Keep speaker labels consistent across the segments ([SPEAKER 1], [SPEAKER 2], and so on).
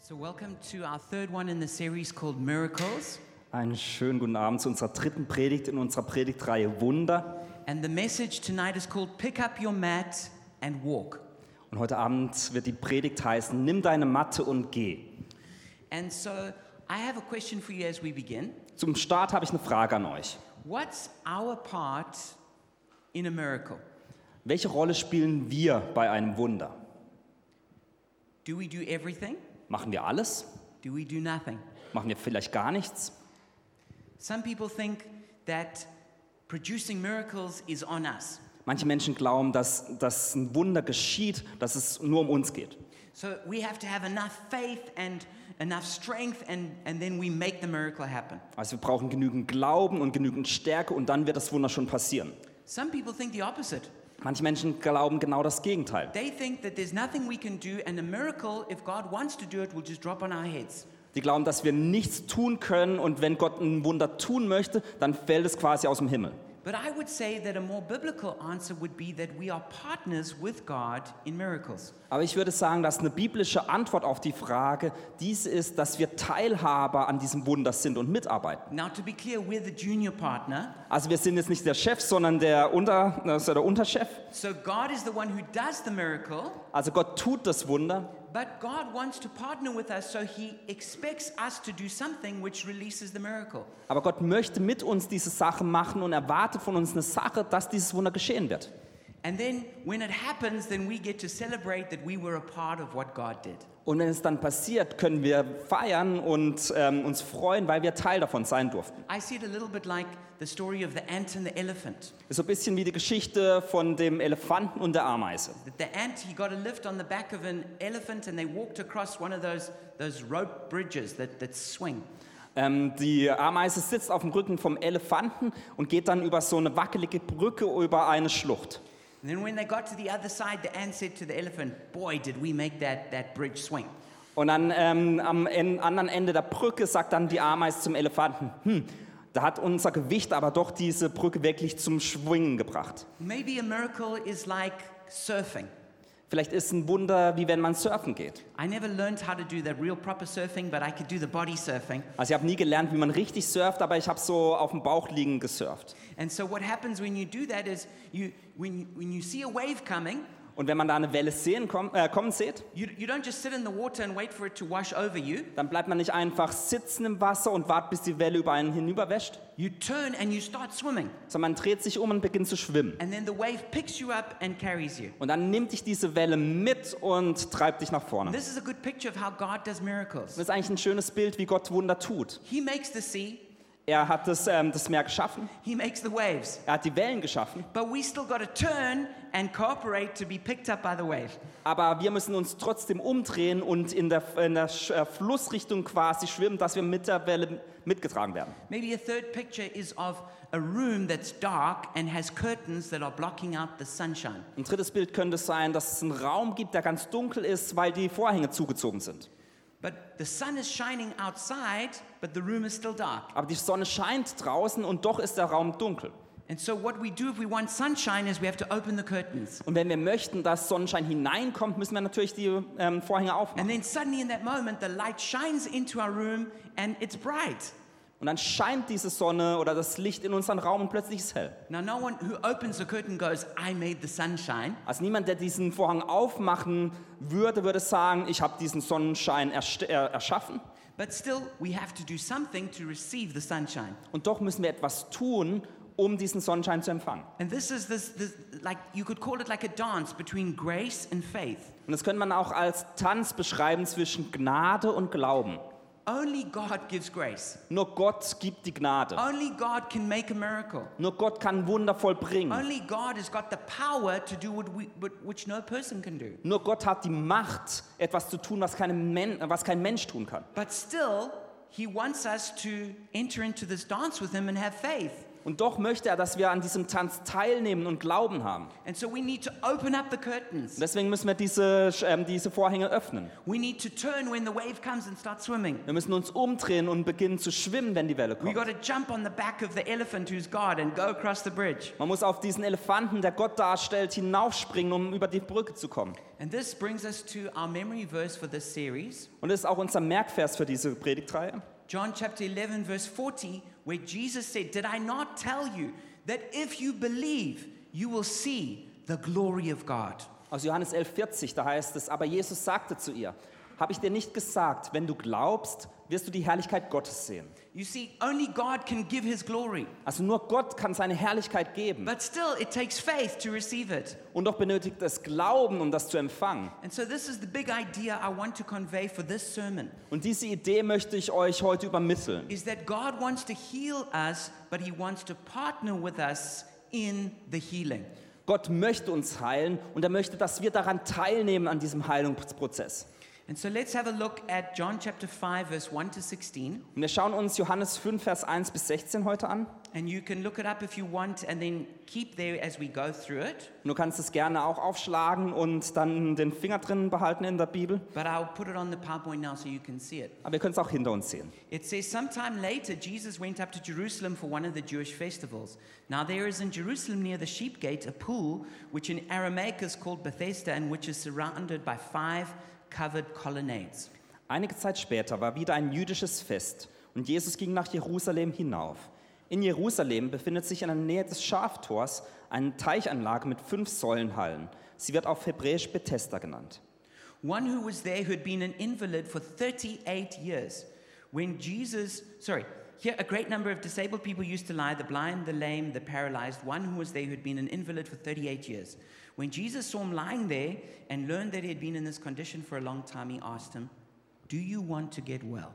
[SPEAKER 1] So, welcome to our third one in the series called Miracles.
[SPEAKER 2] Einen schönen guten Abend zu unserer dritten Predigt in unserer Predigtreihe Wunder.
[SPEAKER 1] And the message tonight is called Pick Up Your Mat and Walk.
[SPEAKER 2] Und heute Abend wird die Predigt heißen, nimm deine Matte und geh.
[SPEAKER 1] And so, I have a question for you as we begin.
[SPEAKER 2] Zum Start habe ich eine Frage an euch.
[SPEAKER 1] What's our part in a miracle?
[SPEAKER 2] Welche Rolle spielen wir bei einem Wunder?
[SPEAKER 1] Do we do everything?
[SPEAKER 2] Machen wir alles?
[SPEAKER 1] Do we do nothing?
[SPEAKER 2] Machen wir vielleicht gar nichts?
[SPEAKER 1] Some people think that producing miracles is on us.
[SPEAKER 2] Manche Menschen glauben, dass, dass ein Wunder geschieht, dass es nur um uns geht.
[SPEAKER 1] So, we have to have enough faith and enough strength, and, and then we make the miracle happen.
[SPEAKER 2] Also wir brauchen genügend Glauben und genügend Stärke und dann wird das Wunder schon passieren.
[SPEAKER 1] Some people think the opposite.
[SPEAKER 2] Manche Menschen glauben genau das Gegenteil.
[SPEAKER 1] They think that there's nothing we can do, and a miracle, if God wants to do it, will just drop on our heads.
[SPEAKER 2] Die glauben, dass wir nichts tun können und wenn Gott ein Wunder tun möchte, dann fällt es quasi aus dem Himmel.
[SPEAKER 1] But I would say that a more biblical answer would be that we are partners with God in miracles.
[SPEAKER 2] Aber ich würde sagen, dass eine biblische Antwort auf die Frage dies ist, dass wir Teilhaber an diesem Wunder sind und mitarbeiten.
[SPEAKER 1] Now, to be clear, we're the junior partner.
[SPEAKER 2] Also wir sind jetzt nicht der Chef, sondern der, Unter, also der Unterchef.
[SPEAKER 1] So God is the one who does the miracle,
[SPEAKER 2] Also Gott tut das Wunder,
[SPEAKER 1] but God wants to partner with us, so He expects us to do something which releases the miracle.
[SPEAKER 2] aber Gott möchte mit uns diese Sache machen und erwartet von uns eine Sache, dass dieses Wunder geschehen wird.
[SPEAKER 1] And then when it happens, then we get to celebrate that we were a part of what God did.
[SPEAKER 2] Und wenn es dann passiert, können wir feiern und ähm, uns freuen, weil wir Teil davon sein durften.
[SPEAKER 1] I see it a little bit like the story of the ant and the elephant.
[SPEAKER 2] Ist so ein bisschen wie die Geschichte von dem Elefanten und der Ameise.
[SPEAKER 1] That the ant, he got a lift on the back of an elephant and they walked across one of those, those rope bridges that, that swing.
[SPEAKER 2] Ähm, die Ameise sitzt auf dem Rücken vom Elefanten und geht dann über so eine wackelige Brücke über eine Schlucht.
[SPEAKER 1] And then when they got to the other side, the ant said to the elephant, Boy, did we make that, that bridge swing.
[SPEAKER 2] Und dann ähm, am en anderen Ende der Brücke sagt dann die Ameise zum Elefanten, hm, da hat unser Gewicht aber doch diese Brücke wirklich zum Schwingen gebracht.
[SPEAKER 1] Maybe a miracle is like surfing.
[SPEAKER 2] Vielleicht ist ein Wunder, wie wenn man surfen geht.
[SPEAKER 1] I never learned how to do the real proper surfing, but I could do the body surfing.
[SPEAKER 2] Also ich habe nie gelernt, wie man richtig surft, aber ich habe so auf dem Bauch liegen gesurft.
[SPEAKER 1] And so what happens when you do that is you, when, when you see a wave coming,
[SPEAKER 2] Und wenn man da eine Welle sehen, komm, äh, kommen sieht,
[SPEAKER 1] you, you don't just sit in the water and wait for it to wash over you.
[SPEAKER 2] Dann bleibt man nicht einfach sitzen im Wasser und wartet, bis die Welle über einen hinüberwäscht,
[SPEAKER 1] You turn and you start swimming.
[SPEAKER 2] sondern man dreht sich um und beginnt zu schwimmen.
[SPEAKER 1] And then the wave picks you up and carries you.
[SPEAKER 2] Und dann nimmt dich diese Welle mit und treibt dich nach vorne. Das
[SPEAKER 1] This is a good picture of how God does miracles.
[SPEAKER 2] ist eigentlich ein schönes Bild, wie Gott Wunder tut.
[SPEAKER 1] He makes the sea,
[SPEAKER 2] Er hat das, ähm, das Meer geschaffen,
[SPEAKER 1] He makes the waves.
[SPEAKER 2] er hat die Wellen geschaffen,
[SPEAKER 1] But we still got to turn and cooperate to be picked up by the wave.
[SPEAKER 2] aber wir müssen uns trotzdem umdrehen und in der, in der Sch- äh, Flussrichtung quasi schwimmen, dass wir mit der Welle mitgetragen werden.
[SPEAKER 1] Maybe a third picture is of a room that's dark and has curtains that are blocking out the sunshine.
[SPEAKER 2] Ein drittes Bild könnte sein, dass es einen Raum gibt, der ganz dunkel ist, weil die Vorhänge zugezogen sind.
[SPEAKER 1] But the sun is shining outside, but the room is still dark.
[SPEAKER 2] Aber die Sonne scheint draußen und doch ist der Raum dunkel.
[SPEAKER 1] And so, what we do if we want sunshine is we have to open the curtains.
[SPEAKER 2] Und wenn wir möchten, dass Sonnenschein hineinkommt, müssen wir natürlich die ähm, Vorhänge aufmachen.
[SPEAKER 1] And then, suddenly, in that moment, the light shines into our room and it's bright.
[SPEAKER 2] Und dann scheint diese Sonne oder das Licht in unseren Raum und plötzlich ist es hell.
[SPEAKER 1] Now, no one who opens the curtain goes, I made the sunshine.
[SPEAKER 2] Also niemand, der diesen Vorhang aufmachen würde, würde sagen, ich habe diesen Sonnenschein erst- äh, erschaffen.
[SPEAKER 1] But still, we have to do something to receive the sunshine.
[SPEAKER 2] Und doch müssen wir etwas tun, um diesen Sonnenschein zu empfangen.
[SPEAKER 1] And this is this, this like, you could call it like a dance between grace and faith.
[SPEAKER 2] Und das könnte man auch als Tanz beschreiben zwischen Gnade und Glauben.
[SPEAKER 1] Only God gives grace,
[SPEAKER 2] Nur Gott gibt die Gnade.
[SPEAKER 1] only God can make a miracle.
[SPEAKER 2] Nur Gott kann Wunder vollbringen.
[SPEAKER 1] Only God has got the power to do what we, what, which no person can do.
[SPEAKER 2] Nur Gott hat die Macht, etwas zu tun, was, keine Men was kein Mensch tun kann.
[SPEAKER 1] But still, He wants us to enter into this dance with Him and have faith.
[SPEAKER 2] Und doch möchte er, dass wir an diesem Tanz teilnehmen und Glauben haben.
[SPEAKER 1] And so we need to open up the curtains.
[SPEAKER 2] Und deswegen müssen wir diese, ähm, diese Vorhänge öffnen.
[SPEAKER 1] We need to turn when the wave comes and start swimming.
[SPEAKER 2] Wir müssen uns umdrehen und beginnen zu schwimmen, wenn die Welle
[SPEAKER 1] We
[SPEAKER 2] kommt.
[SPEAKER 1] got to jump on the back of the elephant who's God and go across the bridge.
[SPEAKER 2] Man muss auf diesen Elefanten, der Gott darstellt, hinaufspringen, um über die Brücke zu kommen.
[SPEAKER 1] And this brings us to our memory verse for this series,
[SPEAKER 2] Und das ist auch unser Merkvers für diese Predigtreihe.
[SPEAKER 1] John chapter 11, verse 40, where Jesus said, Did I not tell you that if you believe, you will see the glory of God?
[SPEAKER 2] Aus Johannes 11,40, da heißt es, aber Jesus sagte zu ihr, habe ich dir nicht gesagt, wenn du glaubst, wirst du die Herrlichkeit Gottes sehen.
[SPEAKER 1] You see, only God can give his glory,
[SPEAKER 2] Also nur Gott kann seine Herrlichkeit geben.
[SPEAKER 1] but still, it takes faith to receive it.
[SPEAKER 2] Und doch benötigt es Glauben, um das zu empfangen.
[SPEAKER 1] And so, this is the big idea I want to convey for this sermon
[SPEAKER 2] Und diese Idee möchte ich euch heute übermitteln.
[SPEAKER 1] is that God wants to heal us, but he wants to partner with us in the healing.
[SPEAKER 2] Gott möchte uns heilen und er möchte, dass wir daran teilnehmen an diesem Heilungsprozess.
[SPEAKER 1] And so, let's have a look at John chapter 5, verse 1 to 16.
[SPEAKER 2] Und wir schauen uns Johannes 5, Vers 1 bis 16 heute an.
[SPEAKER 1] And you can look it up if you want and then keep there as we go through it.
[SPEAKER 2] Und du kannst es gerne auch aufschlagen und dann den Finger drin behalten in der Bibel.
[SPEAKER 1] But I'll put it on the PowerPoint now so you can see it.
[SPEAKER 2] Aber ihr könnt es auch hinter uns sehen.
[SPEAKER 1] It says, Sometime later, Jesus went up to Jerusalem for one of the Jewish festivals. Now, there is in Jerusalem near the sheep gate a pool, which in Aramaic is called Bethesda, and which is surrounded by five covered colonnades.
[SPEAKER 2] Einige Zeit später war wieder ein jüdisches Fest und Jesus ging nach Jerusalem hinauf. In Jerusalem befindet sich in der Nähe des Schaftors eine Teichanlage mit fünf Säulenhallen. Sie wird auf Hebräisch Bethesda genannt.
[SPEAKER 1] One who was there who had been an invalid for 38 years. When Jesus, sorry, here a great number of disabled people used to lie the blind, the lame, the paralyzed. One who was there who had been an invalid for 38 years. When Jesus saw him lying there and learned that he had been in this condition for a long time, he asked him, Do you want to get well?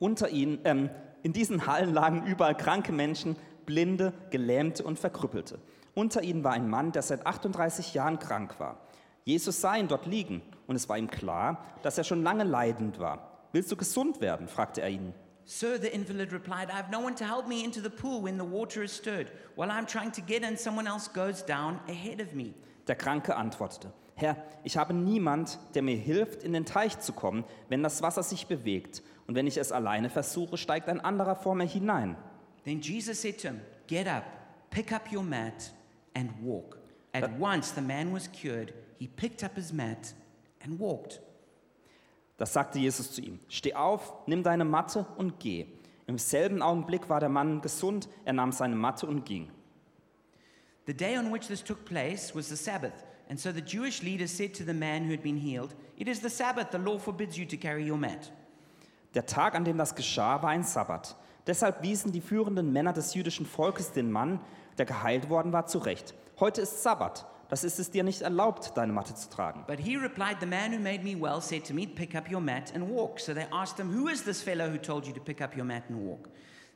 [SPEAKER 2] Unter ihnen, ähm, in diesen Hallen lagen überall kranke Menschen, Blinde, Gelähmte und Verkrüppelte. Unter ihnen war ein Mann, der seit 38 Jahren krank war. Jesus sah ihn dort liegen und es war ihm klar, dass er schon lange leidend war. Willst du gesund werden? fragte er ihn.
[SPEAKER 1] Sir, the invalid replied, I have no one to help me into the pool when the water is stirred. While I'm trying to get in, someone else goes down ahead of me.
[SPEAKER 2] Der Kranke antwortete, Herr, ich habe niemand, der mir hilft, in den Teich zu kommen, wenn das Wasser sich bewegt. Und wenn ich es alleine versuche, steigt ein anderer vor mir hinein.
[SPEAKER 1] Then Jesus said to him, Get up, pick up your mat, and walk. At once the man was cured. He picked up his mat and walked.
[SPEAKER 2] Das sagte Jesus zu ihm, steh auf, nimm deine Matte und geh. Im selben Augenblick war der Mann gesund, er nahm seine Matte und ging.
[SPEAKER 1] The day on which this took place was the Sabbath. And so the Jewish leaders said to the man who had been healed, It is the Sabbath. The law forbids you to carry your mat.
[SPEAKER 2] Der Tag, an dem das geschah, war ein Sabbat. Deshalb wiesen die führenden Männer des jüdischen Volkes den Mann, der geheilt worden war, zurecht. Heute ist Sabbat, das ist es dir nicht erlaubt, deine Matte zu tragen.
[SPEAKER 1] But he replied, The man who made me well said to me, Pick up your mat and walk. So they asked him, Who is this fellow who told you to pick up your mat and walk?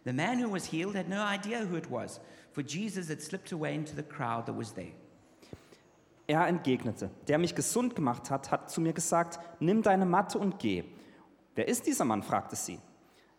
[SPEAKER 1] The man who was healed had no idea who it was, for Jesus had slipped away into the crowd that was there.
[SPEAKER 2] Er entgegnete, der mich gesund gemacht hat, hat zu mir gesagt, nimm deine Matte und geh. Wer ist dieser Mann? fragte sie.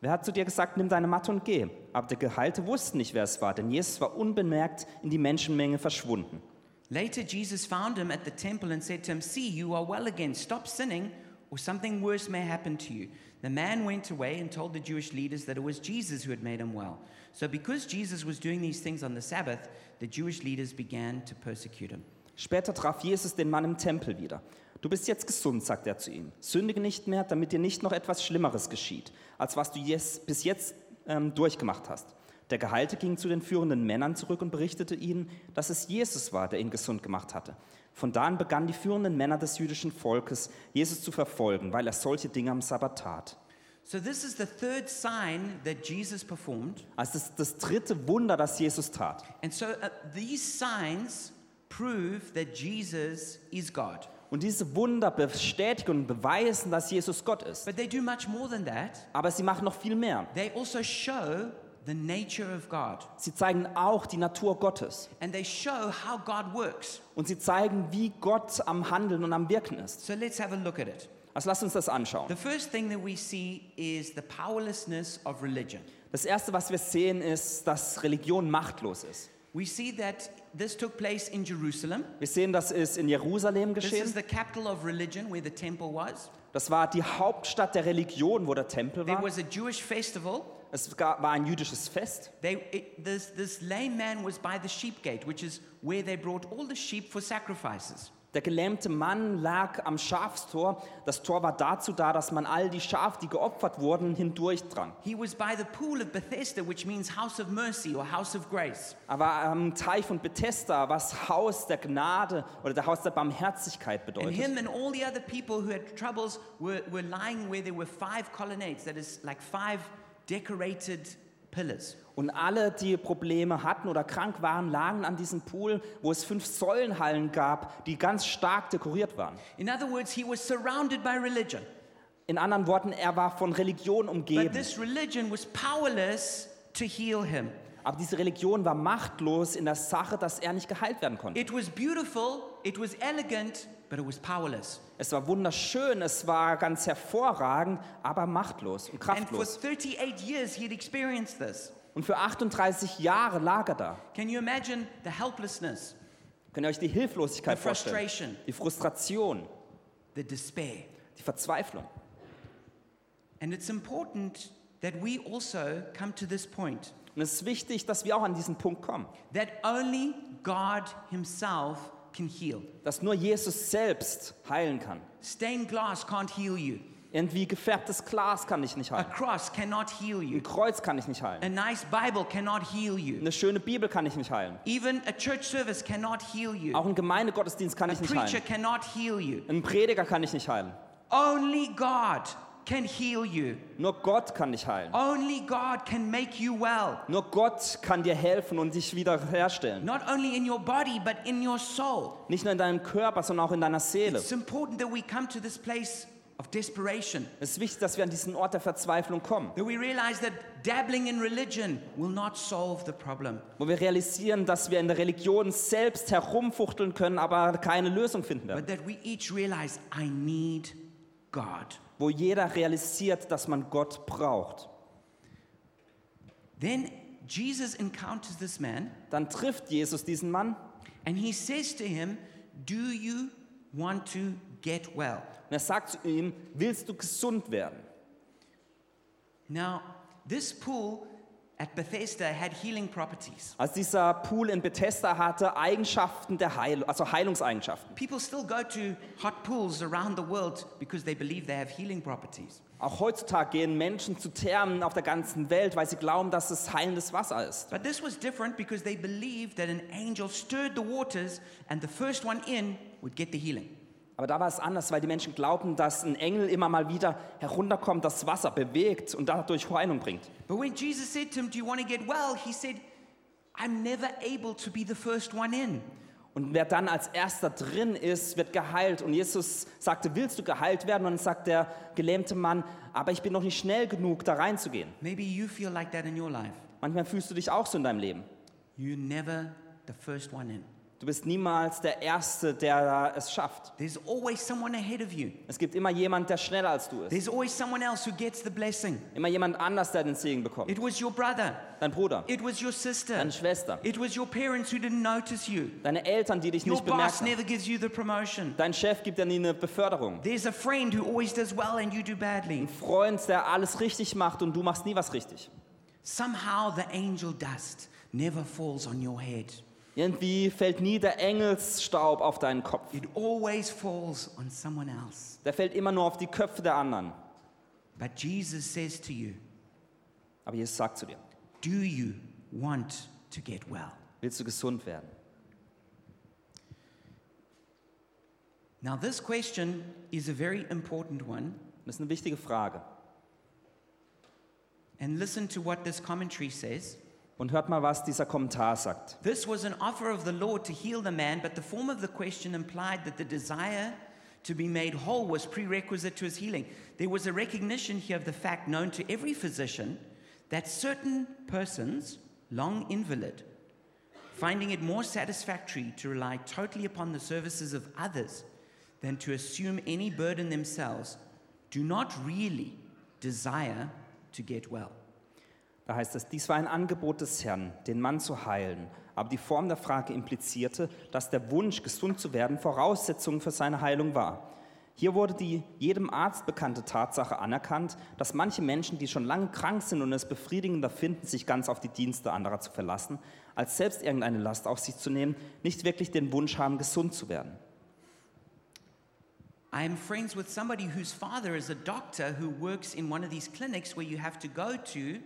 [SPEAKER 2] Wer hat zu dir gesagt, nimm deine Matte und geh? Aber der Geheilte wusste nicht, wer es war, denn Jesus war unbemerkt in die Menschenmenge verschwunden.
[SPEAKER 1] Later, Jesus found him at the temple and said to him, See, you are well again. Stop sinning, or something worse may happen to you. The man went away and told the Jewish leaders that it was Jesus who had made him well. So, because Jesus was doing these things on the Sabbath, the Jewish leaders began to persecute him.
[SPEAKER 2] Später traf Jesus den Mann im Tempel wieder. Du bist jetzt gesund, sagte er zu ihm. Sündige nicht mehr, damit dir nicht noch etwas Schlimmeres geschieht, als was du jetzt, bis jetzt ähm, durchgemacht hast. Der Geheilte ging zu den führenden Männern zurück und berichtete ihnen, dass es Jesus war, der ihn gesund gemacht hatte. Von da an begannen die führenden Männer des jüdischen Volkes, Jesus zu verfolgen, weil er solche Dinge am Sabbat tat.
[SPEAKER 1] So, this is the third sign that Jesus performed.
[SPEAKER 2] Also das, das dritte Wunder, das Jesus tat.
[SPEAKER 1] And so, uh, these signs prove that Jesus is God.
[SPEAKER 2] Und diese Wunder bestätigen und beweisen, dass Jesus Gott ist.
[SPEAKER 1] But they do much more than that,
[SPEAKER 2] Aber sie machen noch viel mehr.
[SPEAKER 1] they also show the nature of God.
[SPEAKER 2] Sie zeigen auch die Natur Gottes
[SPEAKER 1] and they show how God works.
[SPEAKER 2] und sie zeigen, wie Gott am Handeln und am Wirken ist.
[SPEAKER 1] So let's have a look at it.
[SPEAKER 2] Also lasst uns das anschauen.
[SPEAKER 1] The first thing that we see is the powerlessness of religion.
[SPEAKER 2] Das Erste, was wir sehen, ist, dass Religion machtlos ist.
[SPEAKER 1] We see that this took place in Jerusalem.
[SPEAKER 2] Wir sehen, das ist in Jerusalem
[SPEAKER 1] This is
[SPEAKER 2] geschehen.
[SPEAKER 1] the capital of religion where the temple was.
[SPEAKER 2] Das war die Hauptstadt der Religion, wo der Tempel
[SPEAKER 1] There
[SPEAKER 2] war.
[SPEAKER 1] was a Jewish festival.
[SPEAKER 2] Es gab- war ein jüdisches Fest.
[SPEAKER 1] They, it, this, this lame man was by the sheep gate, which is where they brought all the sheep for sacrifices.
[SPEAKER 2] Der gelähmte Mann lag am Schafstor. Das Tor war dazu da, dass man all die Schafe, die geopfert wurden, hindurchdrang.
[SPEAKER 1] He was by the pool of Bethesda, which means house of mercy or house of grace.
[SPEAKER 2] Er war am Teich von Bethesda, was Haus der Gnade oder der Haus der Barmherzigkeit
[SPEAKER 1] And
[SPEAKER 2] bedeutet.
[SPEAKER 1] him and all the other people who had troubles were, were lying where there were five colonnades, that is like five decorated pillars.
[SPEAKER 2] Und alle, die Probleme hatten oder krank waren, lagen an diesem Pool, wo es fünf Säulenhallen gab, die ganz stark dekoriert waren.
[SPEAKER 1] In other words, he was surrounded by religion.
[SPEAKER 2] In anderen Worten, er war von Religion
[SPEAKER 1] But
[SPEAKER 2] umgeben.
[SPEAKER 1] this religion was powerless to heal him.
[SPEAKER 2] Aber diese Religion war machtlos in der Sache, dass er nicht geheilt werden konnte.
[SPEAKER 1] It was beautiful, it was elegant, but it was powerless.
[SPEAKER 2] Es war wunderschön, es war ganz hervorragend, aber machtlos und
[SPEAKER 1] And for
[SPEAKER 2] kraftlos.
[SPEAKER 1] 38 years, he had experienced this.
[SPEAKER 2] Und für 38 Jahre lag er da.
[SPEAKER 1] Can you imagine the helplessness,
[SPEAKER 2] Könnt ihr euch die Hilflosigkeit
[SPEAKER 1] The
[SPEAKER 2] vorstellen?
[SPEAKER 1] frustration.
[SPEAKER 2] Die Frustration,
[SPEAKER 1] the despair?
[SPEAKER 2] die Verzweiflung.
[SPEAKER 1] And it's important that we also come to this point
[SPEAKER 2] Und es ist wichtig, dass wir auch an diesen Punkt kommen,
[SPEAKER 1] that only God Himself can heal.
[SPEAKER 2] dass nur Jesus selbst heilen kann.
[SPEAKER 1] Stained glass can't heal you,
[SPEAKER 2] Irgendwie gefärbtes Glas kann ich nicht
[SPEAKER 1] a
[SPEAKER 2] heilen.
[SPEAKER 1] cross cannot heal
[SPEAKER 2] Ein
[SPEAKER 1] you,
[SPEAKER 2] Kreuz kann ich nicht heilen.
[SPEAKER 1] a nice Bible cannot heal you,
[SPEAKER 2] Eine schöne Bibel kann ich nicht heilen.
[SPEAKER 1] even a church service cannot heal you,
[SPEAKER 2] Auch ein Gemeindegottesdienst kann
[SPEAKER 1] a
[SPEAKER 2] ich nicht
[SPEAKER 1] preacher
[SPEAKER 2] heilen.
[SPEAKER 1] cannot heal you.
[SPEAKER 2] Ein Prediger kann ich nicht heilen.
[SPEAKER 1] Only God can heal you.
[SPEAKER 2] Nur Gott kann dich heilen.
[SPEAKER 1] Only God can make you well,
[SPEAKER 2] Nur Gott kann dir helfen und dich wiederherstellen.
[SPEAKER 1] not only in your body, but in your soul.
[SPEAKER 2] Nicht nur in deinem Körper, sondern auch in deiner Seele.
[SPEAKER 1] It's important that we come to this place of desperation,
[SPEAKER 2] Es ist wichtig, dass wir an diesen Ort der Verzweiflung kommen,
[SPEAKER 1] that we realize that dabbling in religion will not solve the problem.
[SPEAKER 2] wo wir realisieren, dass wir in der Religion selbst herumfuchteln können, aber keine Lösung finden werden.
[SPEAKER 1] But that we each realize, I need God.
[SPEAKER 2] Wo jeder realisiert, dass man Gott braucht.
[SPEAKER 1] Then Jesus encounters this man
[SPEAKER 2] Dann trifft Jesus diesen Mann
[SPEAKER 1] and he says to him, Do you want to get well?
[SPEAKER 2] und er sagt zu ihm, willst du gesund werden?
[SPEAKER 1] Now, this pool at Bethesda had healing properties.
[SPEAKER 2] Also dieser Pool in Bethesda hatte Eigenschaften der Heilung, also Heilungseigenschaften.
[SPEAKER 1] People still go to hot pools around the world because they believe they have healing properties.
[SPEAKER 2] Auch heutzutage gehen Menschen zu Thermen auf der ganzen Welt, weil sie glauben, dass es heilendes Wasser ist.
[SPEAKER 1] But this was different because they believed that an angel stirred the waters and the first one in would get the healing.
[SPEAKER 2] Aber da war es anders, weil die Menschen glaubten, dass ein Engel immer mal wieder herunterkommt, das Wasser bewegt und dadurch Heilung bringt.
[SPEAKER 1] But when Jesus said to him, Do you want to get well? He said, I'm never able to be the first one in.
[SPEAKER 2] Und wer dann als erster drin ist, wird geheilt. Und Jesus sagte, willst du geheilt werden? Und dann sagt der gelähmte Mann, aber ich bin noch nicht schnell genug, da reinzugehen.
[SPEAKER 1] Maybe you feel like that in your life.
[SPEAKER 2] Manchmal fühlst du dich auch so in deinem Leben.
[SPEAKER 1] You're never the first one in.
[SPEAKER 2] Du bist niemals der Erste, der es schafft.
[SPEAKER 1] There's always someone ahead of you,
[SPEAKER 2] Es gibt immer jemand, der schneller als du ist.
[SPEAKER 1] there's always someone else who gets the blessing.
[SPEAKER 2] Immer jemand anders, der den Segen bekommt.
[SPEAKER 1] It was your brother,
[SPEAKER 2] Dein Bruder,
[SPEAKER 1] it was your sister,
[SPEAKER 2] deine Schwester,
[SPEAKER 1] it was your parents who didn't notice you.
[SPEAKER 2] deine Eltern, die dich
[SPEAKER 1] Your
[SPEAKER 2] nicht bemerkt
[SPEAKER 1] boss
[SPEAKER 2] haben.
[SPEAKER 1] never gives you the promotion.
[SPEAKER 2] Dein Chef gibt dir nie eine Beförderung.
[SPEAKER 1] There's a friend who always does well and you do badly.
[SPEAKER 2] Ein Freund, der alles richtig macht und du machst nie was richtig.
[SPEAKER 1] Somehow the angel dust never falls on your head.
[SPEAKER 2] Irgendwie fällt nie der Engelsstaub auf deinen Kopf.
[SPEAKER 1] It always falls on someone else.
[SPEAKER 2] Der fällt immer nur auf die Köpfe der anderen.
[SPEAKER 1] But Jesus says to you,
[SPEAKER 2] Aber Jesus sagt zu dir,
[SPEAKER 1] Do you want to get well?
[SPEAKER 2] willst du gesund werden?
[SPEAKER 1] Now, this question is a very important one.
[SPEAKER 2] Das ist eine wichtige Frage.
[SPEAKER 1] And listen to what this commentary says.
[SPEAKER 2] Und hört mal, was dieser Kommentar sagt.
[SPEAKER 1] This was an offer of the Lord to heal the man, but the form of the question implied that the desire to be made whole was prerequisite to his healing. There was a recognition here of the fact known to every physician that certain persons, long invalid, finding it more satisfactory to rely totally upon the services of others than to assume any burden themselves do not really desire to get well.
[SPEAKER 2] Da heißt es, dies war ein Angebot des Herrn, den Mann zu heilen. Aber die Form der Frage implizierte, dass der Wunsch, gesund zu werden, Voraussetzung für seine Heilung war. Hier wurde die jedem Arzt bekannte Tatsache anerkannt, dass manche Menschen, die schon lange krank sind und es befriedigender finden, sich ganz auf die Dienste anderer zu verlassen, als selbst irgendeine Last auf sich zu nehmen, nicht wirklich den Wunsch haben, gesund zu werden.
[SPEAKER 1] I am friends with somebody whose father is a doctor who works in one of these clinics where you have to go to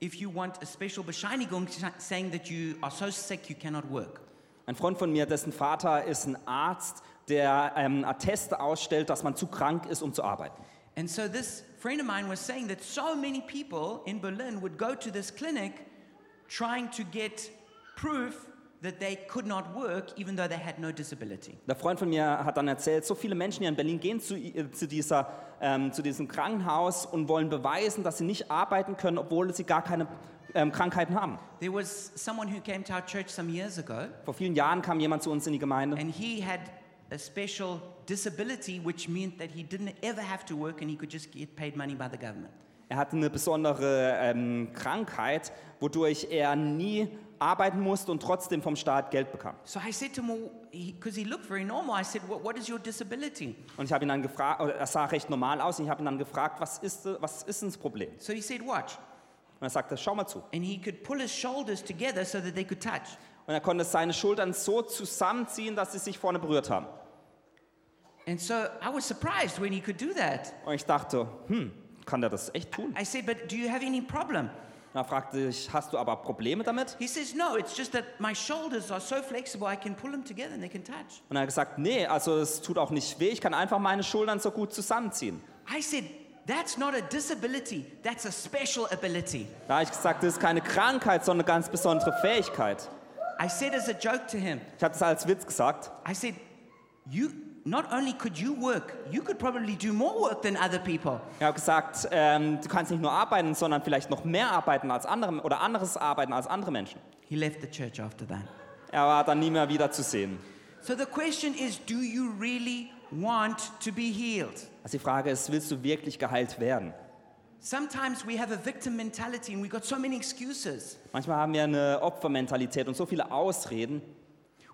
[SPEAKER 1] if you want a special bescheinigung saying that you are so sick you cannot work.
[SPEAKER 2] Ein Freund von mir, dessen Vater ist ein Arzt, der ähm, Atteste ausstellt, dass man zu krank ist, um zu arbeiten.
[SPEAKER 1] And so this friend of mine was saying that so many people in Berlin would go to this clinic trying to get proof that they could not work even though they had no disability.
[SPEAKER 2] Der Freund von mir hat dann erzählt, so viele Menschen hier in Berlin gehen zu, äh, zu, dieser, ähm, zu diesem Krankenhaus und wollen beweisen, dass sie nicht arbeiten können, obwohl sie gar keine ähm, Krankheiten haben.
[SPEAKER 1] There was someone who came to our church some years ago
[SPEAKER 2] Vor vielen Jahren kam jemand zu uns in die Gemeinde
[SPEAKER 1] and he had a special disability which meant that he didn't ever have to work and he could just get paid money by the government.
[SPEAKER 2] Er hatte eine besondere ähm, Krankheit, wodurch er nie arbeiten musste und trotzdem vom Staat Geld bekam.
[SPEAKER 1] So I said to him, because he, looked very normal, I said, what, what is your disability?
[SPEAKER 2] Und ich habe ihn dann gefragt, oder er sah recht normal aus, und ich habe ihn dann gefragt, was ist, äh, was ist denn das Problem? Und
[SPEAKER 1] So he said, watch.
[SPEAKER 2] er sagte, schau mal zu.
[SPEAKER 1] And he could pull his shoulders together so that they could touch.
[SPEAKER 2] Und er konnte seine Schultern so zusammenziehen, dass sie sich vorne berührt haben.
[SPEAKER 1] And so I was surprised when he could do that.
[SPEAKER 2] Und ich dachte, hm, kann der das echt tun?
[SPEAKER 1] I said, but do you have any problem?
[SPEAKER 2] Und er fragte ich, hast du aber Probleme damit?
[SPEAKER 1] He says, no, it's just that my shoulders are so flexible I can pull them together and they can touch.
[SPEAKER 2] Und er hat gesagt, nee, also es tut auch nicht weh, ich kann einfach meine Schultern so gut zusammenziehen.
[SPEAKER 1] I said, that's not a disability, that's a special ability.
[SPEAKER 2] Da habe ich gesagt, das ist keine Krankheit, sondern eine ganz besondere Fähigkeit.
[SPEAKER 1] I said as a joke to him,
[SPEAKER 2] Ich habe das als Witz gesagt.
[SPEAKER 1] I said, you not only could you work, you could probably do more work than other people.
[SPEAKER 2] Ich habe gesagt, ähm, du kannst nicht nur arbeiten, sondern vielleicht noch mehr arbeiten als andere oder anderes arbeiten als andere Menschen.
[SPEAKER 1] He left the church after that.
[SPEAKER 2] Er war dann nie mehr wieder zu sehen.
[SPEAKER 1] So the question is, do you really want to be healed?
[SPEAKER 2] Also die Frage ist, willst du wirklich geheilt werden?
[SPEAKER 1] Sometimes we have a victim mentality and we've got so many excuses.
[SPEAKER 2] Manchmal haben wir eine Opfermentalität und so viele Ausreden.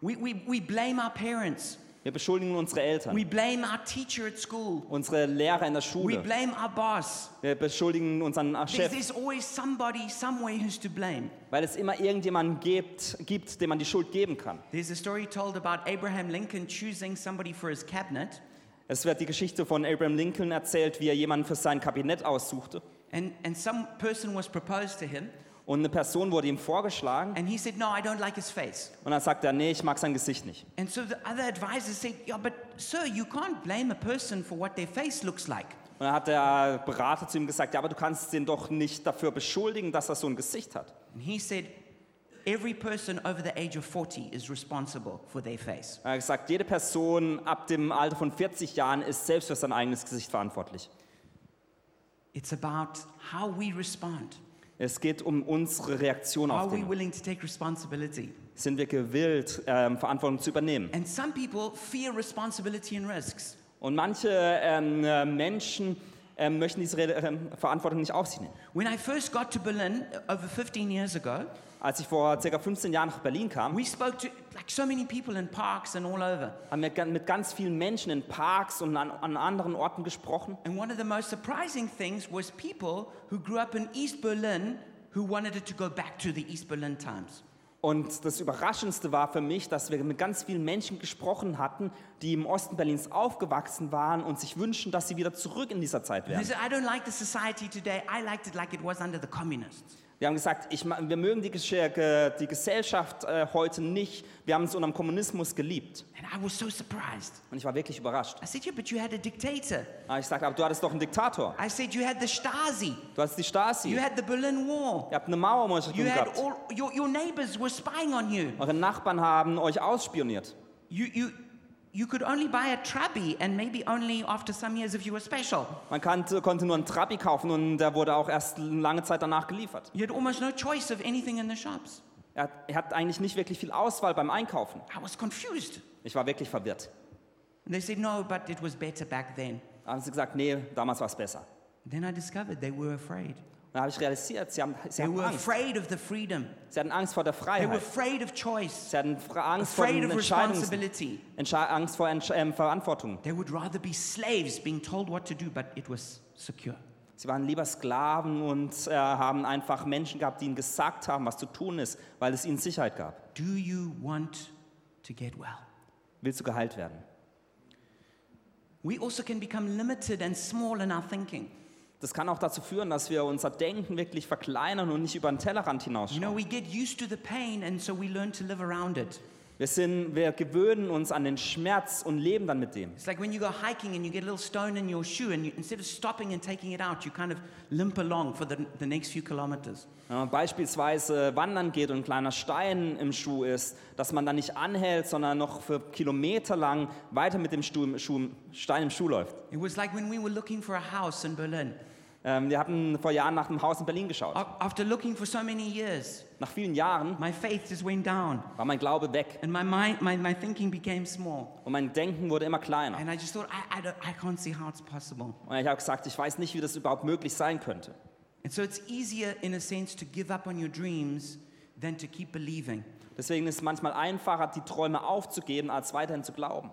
[SPEAKER 1] We, we, we blame our parents.
[SPEAKER 2] Wir beschuldigen unsere Eltern,
[SPEAKER 1] We blame our teacher at school.
[SPEAKER 2] unsere Lehrer in der
[SPEAKER 1] We
[SPEAKER 2] Schule.
[SPEAKER 1] blame our boss.
[SPEAKER 2] Wir beschuldigen unseren äh,
[SPEAKER 1] There's,
[SPEAKER 2] Chef,
[SPEAKER 1] there's always somebody somewhere who's to blame.
[SPEAKER 2] weil es immer irgendjemanden gibt, gibt, dem man die Schuld geben kann.
[SPEAKER 1] There's a story told about Abraham Lincoln choosing somebody for his cabinet.
[SPEAKER 2] Es wird die Geschichte von Abraham Lincoln erzählt, wie er jemanden für sein Kabinett aussuchte.
[SPEAKER 1] And, and some person was proposed to him.
[SPEAKER 2] Und eine Person wurde ihm vorgeschlagen
[SPEAKER 1] And he said, No, I don't like his face.
[SPEAKER 2] und dann sagt er, nee, ich mag sein Gesicht nicht.
[SPEAKER 1] And so the other advisor said, Yeah, but sir, you can't blame a person for what their face looks like.
[SPEAKER 2] Und dann hat der Berater zu ihm gesagt, ja, aber du kannst den doch nicht dafür beschuldigen, dass er so ein Gesicht hat.
[SPEAKER 1] And he said, Every person over the age of 40 is responsible for their face.
[SPEAKER 2] Er hat gesagt, jede Person ab dem Alter von 40 Jahren ist selbst für sein eigenes Gesicht verantwortlich.
[SPEAKER 1] It's about how we respond.
[SPEAKER 2] Es geht um unsere Reaktion
[SPEAKER 1] Are
[SPEAKER 2] auf
[SPEAKER 1] we
[SPEAKER 2] Dinge.
[SPEAKER 1] willing to take responsibility?
[SPEAKER 2] Sind wir gewillt, ähm, Verantwortung zu übernehmen?
[SPEAKER 1] And some people fear responsibility and risks.
[SPEAKER 2] Und manche ähm, äh, Menschen ähm, möchten diese Re ähm, Verantwortung nicht auf sich nehmen.
[SPEAKER 1] When I first got to Berlin uh, over 15 years ago,
[SPEAKER 2] Als ich vor ca. 15 Jahren nach Berlin kam,
[SPEAKER 1] we spoke to like so many people in parks and all over.
[SPEAKER 2] haben wir gan- mit ganz vielen Menschen in Parks und an, an anderen Orten gesprochen.
[SPEAKER 1] And one of the most surprising things was people who grew up in East Berlin who wanted it to go back to the East Berlin times.
[SPEAKER 2] Und das Überraschendste war für mich, dass wir mit ganz vielen Menschen gesprochen hatten, die im Osten Berlins aufgewachsen waren und sich wünschen, dass sie wieder zurück in dieser Zeit
[SPEAKER 1] And they
[SPEAKER 2] wären.
[SPEAKER 1] said, I don't like the society today. I liked it like it was under the communists.
[SPEAKER 2] Wir haben gesagt, ich, ma- wir mögen die, Gesch- äh, die Gesellschaft äh, heute nicht. Wir haben es unter dem Kommunismus geliebt.
[SPEAKER 1] And I was so surprised.
[SPEAKER 2] Und ich war wirklich überrascht.
[SPEAKER 1] I said, Yeah, but you had a dictator.
[SPEAKER 2] Aber ich sagte, aber du hattest doch einen Diktator.
[SPEAKER 1] I said, You had the Stasi.
[SPEAKER 2] Du hattest die Stasi.
[SPEAKER 1] You had the Berlin Wall.
[SPEAKER 2] Ihr habt eine Mauermeuterung
[SPEAKER 1] You had
[SPEAKER 2] gehabt.
[SPEAKER 1] all your, your neighbors were spying on you.
[SPEAKER 2] Eure Nachbarn haben euch ausspioniert.
[SPEAKER 1] You you you could only buy a trubby and maybe only after some years if you were special.
[SPEAKER 2] Man kannte, konnte nur einen Trabi kaufen und der wurde auch erst eine lange Zeit danach geliefert.
[SPEAKER 1] You had almost no choice of anything in the shops.
[SPEAKER 2] Er hat, er hat eigentlich nicht wirklich viel Auswahl beim Einkaufen.
[SPEAKER 1] I was confused.
[SPEAKER 2] Ich war wirklich verwirrt.
[SPEAKER 1] And And they said, No, but it was better back then.
[SPEAKER 2] Da haben sie gesagt, nee, damals war es besser.
[SPEAKER 1] Then I discovered they were afraid.
[SPEAKER 2] Dann habe ich realisiert, sie, haben, sie,
[SPEAKER 1] They
[SPEAKER 2] hatten
[SPEAKER 1] were
[SPEAKER 2] Angst.
[SPEAKER 1] afraid of the freedom,
[SPEAKER 2] sie hatten Angst vor der
[SPEAKER 1] they were afraid
[SPEAKER 2] Freiheit.
[SPEAKER 1] of choice,
[SPEAKER 2] Sie hatten Fra- Angst vor
[SPEAKER 1] afraid
[SPEAKER 2] den
[SPEAKER 1] of
[SPEAKER 2] Entscheidungs
[SPEAKER 1] responsibility.
[SPEAKER 2] Entsche Angst vor Entsch ähm, Verantwortung.
[SPEAKER 1] They would rather be slaves being told what to do, but it was secure.
[SPEAKER 2] Sie waren lieber Sklaven und äh, haben einfach Menschen gehabt, die ihnen gesagt haben, was zu tun ist, weil es ihnen Sicherheit gab.
[SPEAKER 1] Do you want to get well?
[SPEAKER 2] Willst du geheilt werden?
[SPEAKER 1] We also can become limited and small in our thinking.
[SPEAKER 2] Das kann auch dazu führen, dass wir unser Denken wirklich verkleinern und nicht über den Tellerrand
[SPEAKER 1] You know,
[SPEAKER 2] hinausschauen.
[SPEAKER 1] we get used to the pain and so we learn to live around it.
[SPEAKER 2] Wir, sind, wir gewöhnen uns an den Schmerz und leben dann mit dem.
[SPEAKER 1] It's like when you go hiking and you get a little stone in your shoe, and you, instead of stopping and taking it out, you kind of limp along for the, the next few kilometers.
[SPEAKER 2] Wenn man beispielsweise wandern geht und ein kleiner Stein im Schuh ist, dass man dann nicht anhält, sondern noch für Kilometer lang weiter mit dem Stuhl, Schuh, Stein im Schuh läuft.
[SPEAKER 1] It was like when we were looking for a house in Berlin.
[SPEAKER 2] Ähm, wir hatten vor Jahren nach einem Haus in Berlin geschaut.
[SPEAKER 1] A- After looking for so many years,
[SPEAKER 2] Nach vielen Jahren
[SPEAKER 1] my faith just went down,
[SPEAKER 2] war mein Glaube weg
[SPEAKER 1] and my mind, my, my thinking became small.
[SPEAKER 2] und mein Denken wurde immer kleiner.
[SPEAKER 1] And I just thought, I, I, don't, I can't see how it's possible.
[SPEAKER 2] Und ich habe gesagt, ich weiß nicht, wie das überhaupt möglich sein könnte.
[SPEAKER 1] And so it's easier, in a sense, to give up on your dreams than to keep believing.
[SPEAKER 2] Deswegen ist es manchmal einfacher, die Träume aufzugeben, als weiterhin zu glauben.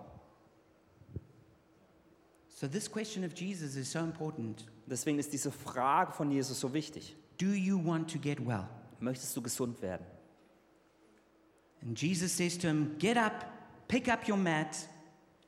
[SPEAKER 1] So, this question of Jesus is so important.
[SPEAKER 2] Deswegen ist diese Frage von Jesus so wichtig.
[SPEAKER 1] Do you want to get well?
[SPEAKER 2] Möchtest du gesund werden?
[SPEAKER 1] And Jesus says to him, Get up, pick up your mat,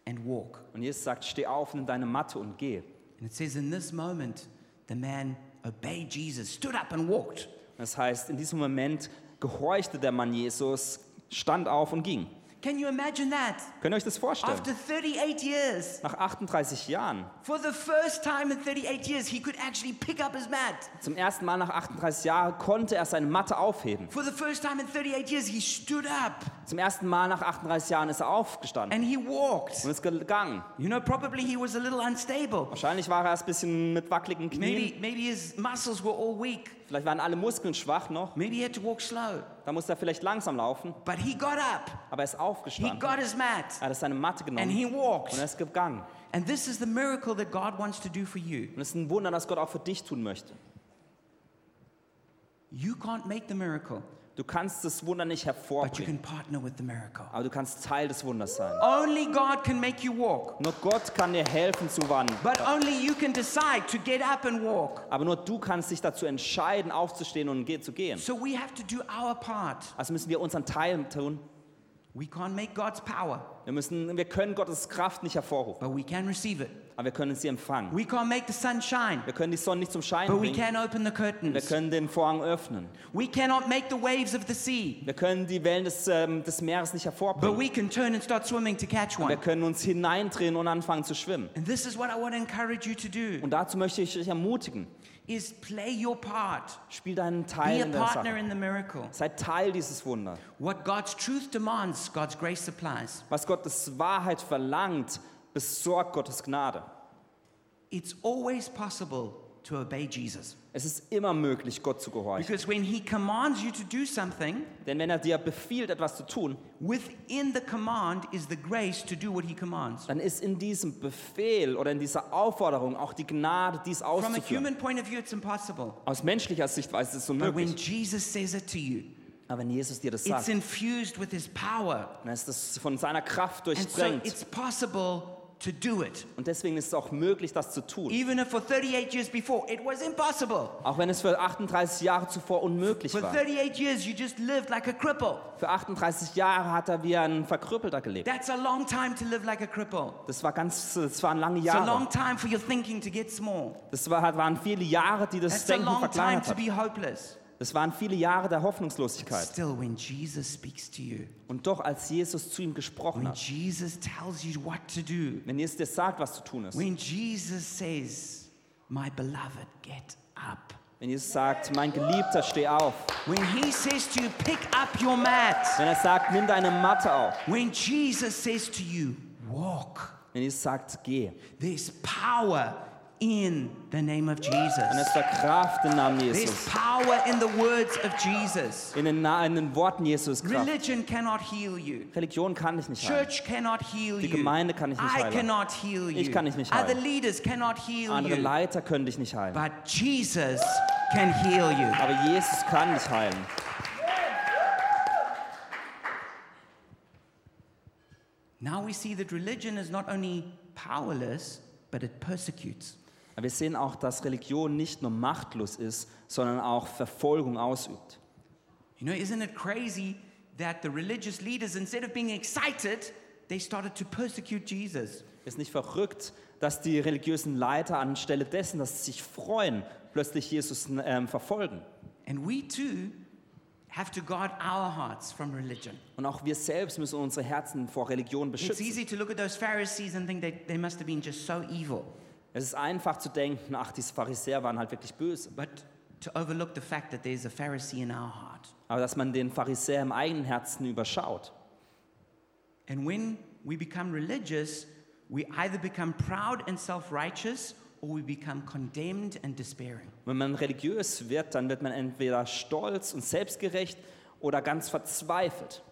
[SPEAKER 1] and walk.
[SPEAKER 2] Und Jesus sagt, steh auf, nimm deine Matte und geh.
[SPEAKER 1] And it says, In this moment, the man obeyed Jesus, stood up and walked.
[SPEAKER 2] Das heißt, in diesem Moment gehorchte der Mann Jesus, stand auf und ging.
[SPEAKER 1] Can you imagine that?
[SPEAKER 2] Könnt ihr euch das vorstellen?
[SPEAKER 1] After 38 years,
[SPEAKER 2] Nach 38 Jahren,
[SPEAKER 1] for the first time in 38 years, he could actually pick up his mat.
[SPEAKER 2] zum ersten Mal nach 38 Jahren, konnte er seine Matte aufheben.
[SPEAKER 1] For the first time in 38 years, he stood up
[SPEAKER 2] Zum ersten Mal nach 38 Jahren ist er aufgestanden
[SPEAKER 1] and he walked.
[SPEAKER 2] und ist gegangen.
[SPEAKER 1] You know, probably he was a little unstable.
[SPEAKER 2] Wahrscheinlich war er erst ein bisschen mit wackeligen Knien.
[SPEAKER 1] Maybe, maybe his muscles were all weak.
[SPEAKER 2] Vielleicht waren alle Muskeln schwach noch.
[SPEAKER 1] Maybe he had to walk slow.
[SPEAKER 2] Da musste er vielleicht langsam laufen.
[SPEAKER 1] But he got up,
[SPEAKER 2] Aber er ist
[SPEAKER 1] he
[SPEAKER 2] aufgestanden.
[SPEAKER 1] got his mat,
[SPEAKER 2] Er hat seine Matte
[SPEAKER 1] and
[SPEAKER 2] genommen
[SPEAKER 1] he walked.
[SPEAKER 2] und er ist gegangen.
[SPEAKER 1] And this is the miracle that God wants to do for you.
[SPEAKER 2] Und es ist ein Wunder, dass Gott auch für dich tun möchte.
[SPEAKER 1] You can't make the miracle,
[SPEAKER 2] Du kannst das Wunder nicht
[SPEAKER 1] but you
[SPEAKER 2] hervorbringen,
[SPEAKER 1] can partner with the miracle.
[SPEAKER 2] aber du kannst Teil des Wunders sein.
[SPEAKER 1] Only God can make you walk,
[SPEAKER 2] Nur Gott kann dir helfen zu wandern.
[SPEAKER 1] but only you can decide to get up and walk.
[SPEAKER 2] Aber nur du kannst dich dazu entscheiden, aufzustehen und ge- zu gehen.
[SPEAKER 1] So we have to do our part.
[SPEAKER 2] Also müssen wir unseren Teil tun.
[SPEAKER 1] We can't make God's power,
[SPEAKER 2] Wir, müssen, wir können Gottes Kraft nicht hervorrufen,
[SPEAKER 1] but we can receive it.
[SPEAKER 2] aber wir können sie empfangen.
[SPEAKER 1] We can't make the sun shine,
[SPEAKER 2] Wir können die Sonne nicht zum Schein
[SPEAKER 1] but we
[SPEAKER 2] bringen.
[SPEAKER 1] can open the
[SPEAKER 2] Wir
[SPEAKER 1] curtains.
[SPEAKER 2] können den Vorhang öffnen.
[SPEAKER 1] We cannot make the waves of the sea,
[SPEAKER 2] Wir können die Wellen des, ähm, des Meeres nicht
[SPEAKER 1] but
[SPEAKER 2] hervorbringen.
[SPEAKER 1] we can turn and start swimming to catch
[SPEAKER 2] Wir
[SPEAKER 1] one.
[SPEAKER 2] können uns hineindrehen und anfangen zu schwimmen.
[SPEAKER 1] And this is what I want to encourage you to do
[SPEAKER 2] Und dazu möchte ich dich ermutigen.
[SPEAKER 1] is play your part.
[SPEAKER 2] Spiel deinen
[SPEAKER 1] Be
[SPEAKER 2] Teil
[SPEAKER 1] a
[SPEAKER 2] in der
[SPEAKER 1] partner
[SPEAKER 2] Sache.
[SPEAKER 1] in the miracle.
[SPEAKER 2] Sei Teil dieses Wunders.
[SPEAKER 1] What God's truth demands, God's grace supplies.
[SPEAKER 2] Was Gottes Wahrheit verlangt, besorgt Gottes Gnade.
[SPEAKER 1] It's always possible to obey Jesus.
[SPEAKER 2] Es ist immer möglich, Gott zu gehorchen.
[SPEAKER 1] Because when he commands you to do something,
[SPEAKER 2] Denn wenn er dir befiehlt, etwas zu tun,
[SPEAKER 1] within the command is the grace to do what he commands.
[SPEAKER 2] dann ist in diesem Befehl oder in dieser Aufforderung auch die Gnade, dies
[SPEAKER 1] From a
[SPEAKER 2] auszuführen.
[SPEAKER 1] human point of view, it's impossible.
[SPEAKER 2] Aus menschlicher Sichtweise ist es
[SPEAKER 1] But when
[SPEAKER 2] unmöglich.
[SPEAKER 1] Jesus says it to you,
[SPEAKER 2] Aber wenn Jesus dir das
[SPEAKER 1] it's
[SPEAKER 2] sagt,
[SPEAKER 1] infused with his power.
[SPEAKER 2] dann ist das von seiner Kraft
[SPEAKER 1] And so
[SPEAKER 2] durchdrängt.
[SPEAKER 1] it's possible to do it.
[SPEAKER 2] Und deswegen ist es auch möglich, das zu tun.
[SPEAKER 1] Even if for 38 years before it was impossible.
[SPEAKER 2] Auch wenn es für 38 Jahre zuvor unmöglich
[SPEAKER 1] For
[SPEAKER 2] war.
[SPEAKER 1] 38 years, you just lived like a cripple.
[SPEAKER 2] Für 38 Jahre hat er wie ein Verkrüppelter gelebt.
[SPEAKER 1] That's a long time to live like a cripple.
[SPEAKER 2] Das, war ganz, das waren lange
[SPEAKER 1] It's a long
[SPEAKER 2] Jahre.
[SPEAKER 1] time for your thinking to get small.
[SPEAKER 2] Das war, waren viele Jahre, die das
[SPEAKER 1] That's a
[SPEAKER 2] Denken
[SPEAKER 1] long time
[SPEAKER 2] verkleinert
[SPEAKER 1] to
[SPEAKER 2] hat.
[SPEAKER 1] be hopeless.
[SPEAKER 2] Das waren viele Jahre der Hoffnungslosigkeit.
[SPEAKER 1] Still, when Jesus speaks to you,
[SPEAKER 2] Und doch, als Jesus zu ihm gesprochen
[SPEAKER 1] when
[SPEAKER 2] hat,
[SPEAKER 1] Jesus tells you what to do,
[SPEAKER 2] wenn Jesus dir sagt, was zu tun ist,
[SPEAKER 1] when Jesus says, My beloved, get up,
[SPEAKER 2] wenn Jesus sagt, mein Geliebter, steh auf,
[SPEAKER 1] when he says to you, Pick up your mat,
[SPEAKER 2] wenn er sagt, nimm deine Matte auf,
[SPEAKER 1] when Jesus says to you, Walk,
[SPEAKER 2] wenn Jesus sagt, geh,
[SPEAKER 1] there's power in the name of
[SPEAKER 2] Und
[SPEAKER 1] Jesus.
[SPEAKER 2] es war Kraft im Namen
[SPEAKER 1] There's
[SPEAKER 2] Jesus.
[SPEAKER 1] power in the words of Jesus.
[SPEAKER 2] In den, Na in den Worten Jesus Kraft.
[SPEAKER 1] Religion cannot heal you.
[SPEAKER 2] Religion kann ich nicht heilen.
[SPEAKER 1] Church cannot heal you.
[SPEAKER 2] Gemeinde kann ich nicht
[SPEAKER 1] I
[SPEAKER 2] heilen.
[SPEAKER 1] cannot heal you.
[SPEAKER 2] Ich kann dich nicht
[SPEAKER 1] Other
[SPEAKER 2] heilen.
[SPEAKER 1] leaders cannot heal
[SPEAKER 2] Andere
[SPEAKER 1] you.
[SPEAKER 2] Leiter können dich nicht heilen.
[SPEAKER 1] But Jesus can heal you.
[SPEAKER 2] Aber Jesus kann dich heilen.
[SPEAKER 1] Now we see that religion is not only powerless, but it persecutes.
[SPEAKER 2] Aber wir sehen auch, dass Religion nicht nur machtlos ist, sondern auch Verfolgung ausübt.
[SPEAKER 1] You know, isn't it crazy that the religious leaders, instead of being excited, they started to persecute Jesus?
[SPEAKER 2] Ist nicht verrückt, dass die religiösen Leiter anstelle dessen, dass sie sich freuen, plötzlich Jesus ähm, verfolgen.
[SPEAKER 1] And we too have to guard our hearts from religion.
[SPEAKER 2] Und auch wir selbst müssen unsere Herzen vor Religion
[SPEAKER 1] It's
[SPEAKER 2] beschützen.
[SPEAKER 1] easy to look at those Pharisees and think that they must have been just so evil,
[SPEAKER 2] Es ist einfach zu denken, ach, diese Pharisäer waren halt wirklich böse.
[SPEAKER 1] but to overlook the fact that there's a Pharisee in our heart.
[SPEAKER 2] Aber dass man den Pharisäer im eigenen Herzen überschaut.
[SPEAKER 1] And when we become religious, we either become proud and self righteous or we become condemned and despairing.
[SPEAKER 2] Wenn man religiös wird, dann wird man entweder stolz und selbstgerecht oder ganz verzweifelt.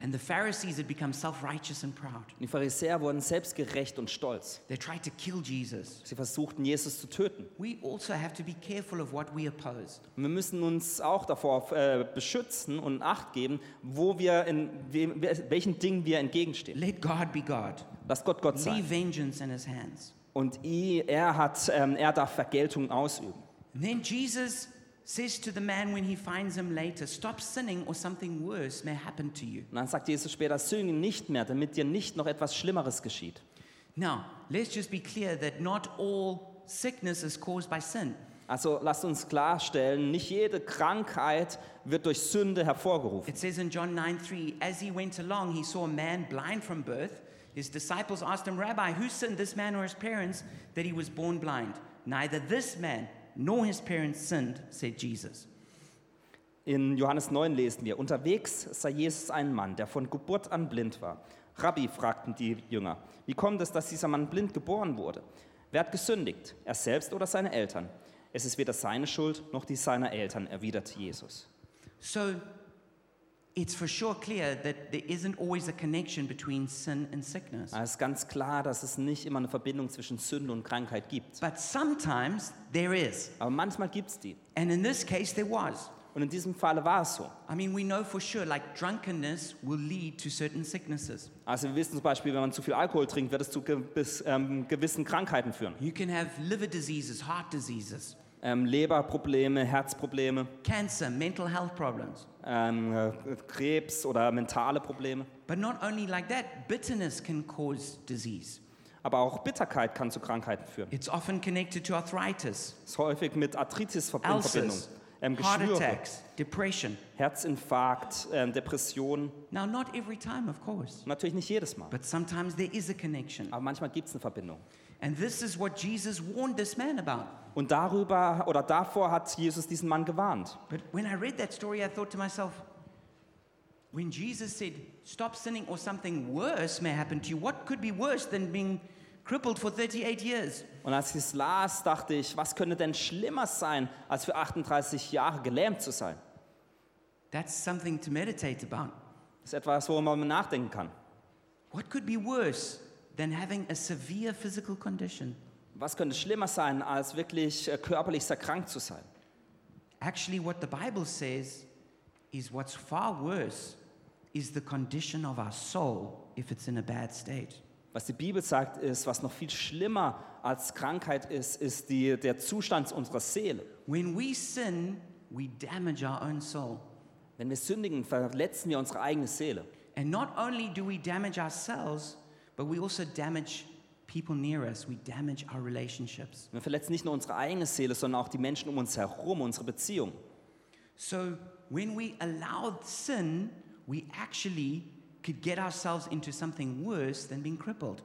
[SPEAKER 1] And the Pharisees had become self righteous and proud.
[SPEAKER 2] Die Pharisäer wurden selbstgerecht und stolz.
[SPEAKER 1] They tried to kill Jesus.
[SPEAKER 2] Sie versuchten, Jesus zu töten.
[SPEAKER 1] We also have to be careful of what we oppose.
[SPEAKER 2] Und wir müssen uns auch davor äh, beschützen und Acht geben, wo wir in wem, welchen Dingen wir entgegenstehen.
[SPEAKER 1] Let God be God.
[SPEAKER 2] Lass Gott Gott
[SPEAKER 1] Leave
[SPEAKER 2] sein.
[SPEAKER 1] vengeance in his hands.
[SPEAKER 2] Und i- er, hat, ähm, er darf Vergeltung ausüben.
[SPEAKER 1] And then Jesus says to the man when he finds him later, Stop sinning or something worse may happen to you.
[SPEAKER 2] Und dann sagt Jesus später, sündige nicht mehr, damit dir nicht noch etwas Schlimmeres geschieht.
[SPEAKER 1] Now, let's just be clear that not all sickness is caused by sin.
[SPEAKER 2] Also lasst uns klarstellen, nicht jede Krankheit wird durch Sünde hervorgerufen.
[SPEAKER 1] It says in John 9 3, as he went along, he saw a man blind from birth. His disciples asked him, Rabbi, who sinned, this man or his parents, that he was born blind? Neither this man nor his parents sinned, said Jesus.
[SPEAKER 2] In Johannes 9 lesen wir, unterwegs sah Jesus einen Mann, der von Geburt an blind war. Rabbi, fragten die Jünger, wie kommt es, dass dieser Mann blind geboren wurde? Wer hat gesündigt, er selbst oder seine Eltern? Es ist weder seine Schuld noch die seiner Eltern, erwiderte Jesus.
[SPEAKER 1] So it's for sure clear that there isn't always a connection between sin and sickness.
[SPEAKER 2] Es ist ganz klar, dass es nicht immer eine Verbindung zwischen Sünde und Krankheit gibt.
[SPEAKER 1] But sometimes there is.
[SPEAKER 2] Aber manchmal gibt es die.
[SPEAKER 1] And in this case, there was.
[SPEAKER 2] Und in diesem Falle war es so.
[SPEAKER 1] I mean, we know for sure, like drunkenness will lead to certain sicknesses.
[SPEAKER 2] Also wir wissen zum Beispiel, wenn man zu viel Alkohol trinkt, wird es zu gewiss, ähm, gewissen Krankheiten führen.
[SPEAKER 1] You can have liver diseases, heart diseases.
[SPEAKER 2] Ähm, Leberprobleme, Herzprobleme.
[SPEAKER 1] cancer, mental health problems.
[SPEAKER 2] ähm, äh, Krebs oder mentale Probleme.
[SPEAKER 1] But not only like that, bitterness can cause disease.
[SPEAKER 2] Aber auch Bitterkeit kann zu Krankheiten führen.
[SPEAKER 1] It's often connected to arthritis,
[SPEAKER 2] Ist häufig mit Arthritis verb- in Verbindung.
[SPEAKER 1] ulcers,
[SPEAKER 2] Ähm,
[SPEAKER 1] heart
[SPEAKER 2] Geschwüre,
[SPEAKER 1] attacks, depression.
[SPEAKER 2] Herzinfarkt, ähm, Depressionen.
[SPEAKER 1] Now, not every time, of course,
[SPEAKER 2] Natürlich nicht jedes Mal.
[SPEAKER 1] but sometimes there is a connection.
[SPEAKER 2] Aber manchmal gibt es eine Verbindung.
[SPEAKER 1] And this is what Jesus warned this man about.
[SPEAKER 2] Und darüber oder davor hat Jesus diesen Mann gewarnt.
[SPEAKER 1] But when I read that story, I thought to myself, when Jesus said, stop sinning or something worse may happen to you, what could be worse than being crippled for 38 years?
[SPEAKER 2] Und als ich es las, dachte ich, was könnte denn schlimmer sein, als für 38 Jahre gelähmt zu sein?
[SPEAKER 1] That's something to meditate about.
[SPEAKER 2] Das ist etwas, worüber man nachdenken kann.
[SPEAKER 1] What could be worse than having a severe physical condition?
[SPEAKER 2] Was könnte schlimmer sein, als wirklich äh, körperlich erkrankt zu sein?
[SPEAKER 1] Actually, what the Bible says is what's far worse is the condition of our soul if it's in a bad state.
[SPEAKER 2] Was die Bibel sagt, ist, was noch viel schlimmer als Krankheit ist, ist die, der Zustand unserer Seele.
[SPEAKER 1] When we sin, we damage our own soul.
[SPEAKER 2] Wenn wir sündigen, verletzen wir unsere eigene Seele.
[SPEAKER 1] And not only do we damage ourselves, but we also damage people near us, we damage our relationships.
[SPEAKER 2] Wir verletzen nicht nur unsere eigene Seele, sondern auch die Menschen um uns herum, unsere Beziehung.
[SPEAKER 1] So when we allow sin, we actually could get ourselves into something worse than being crippled.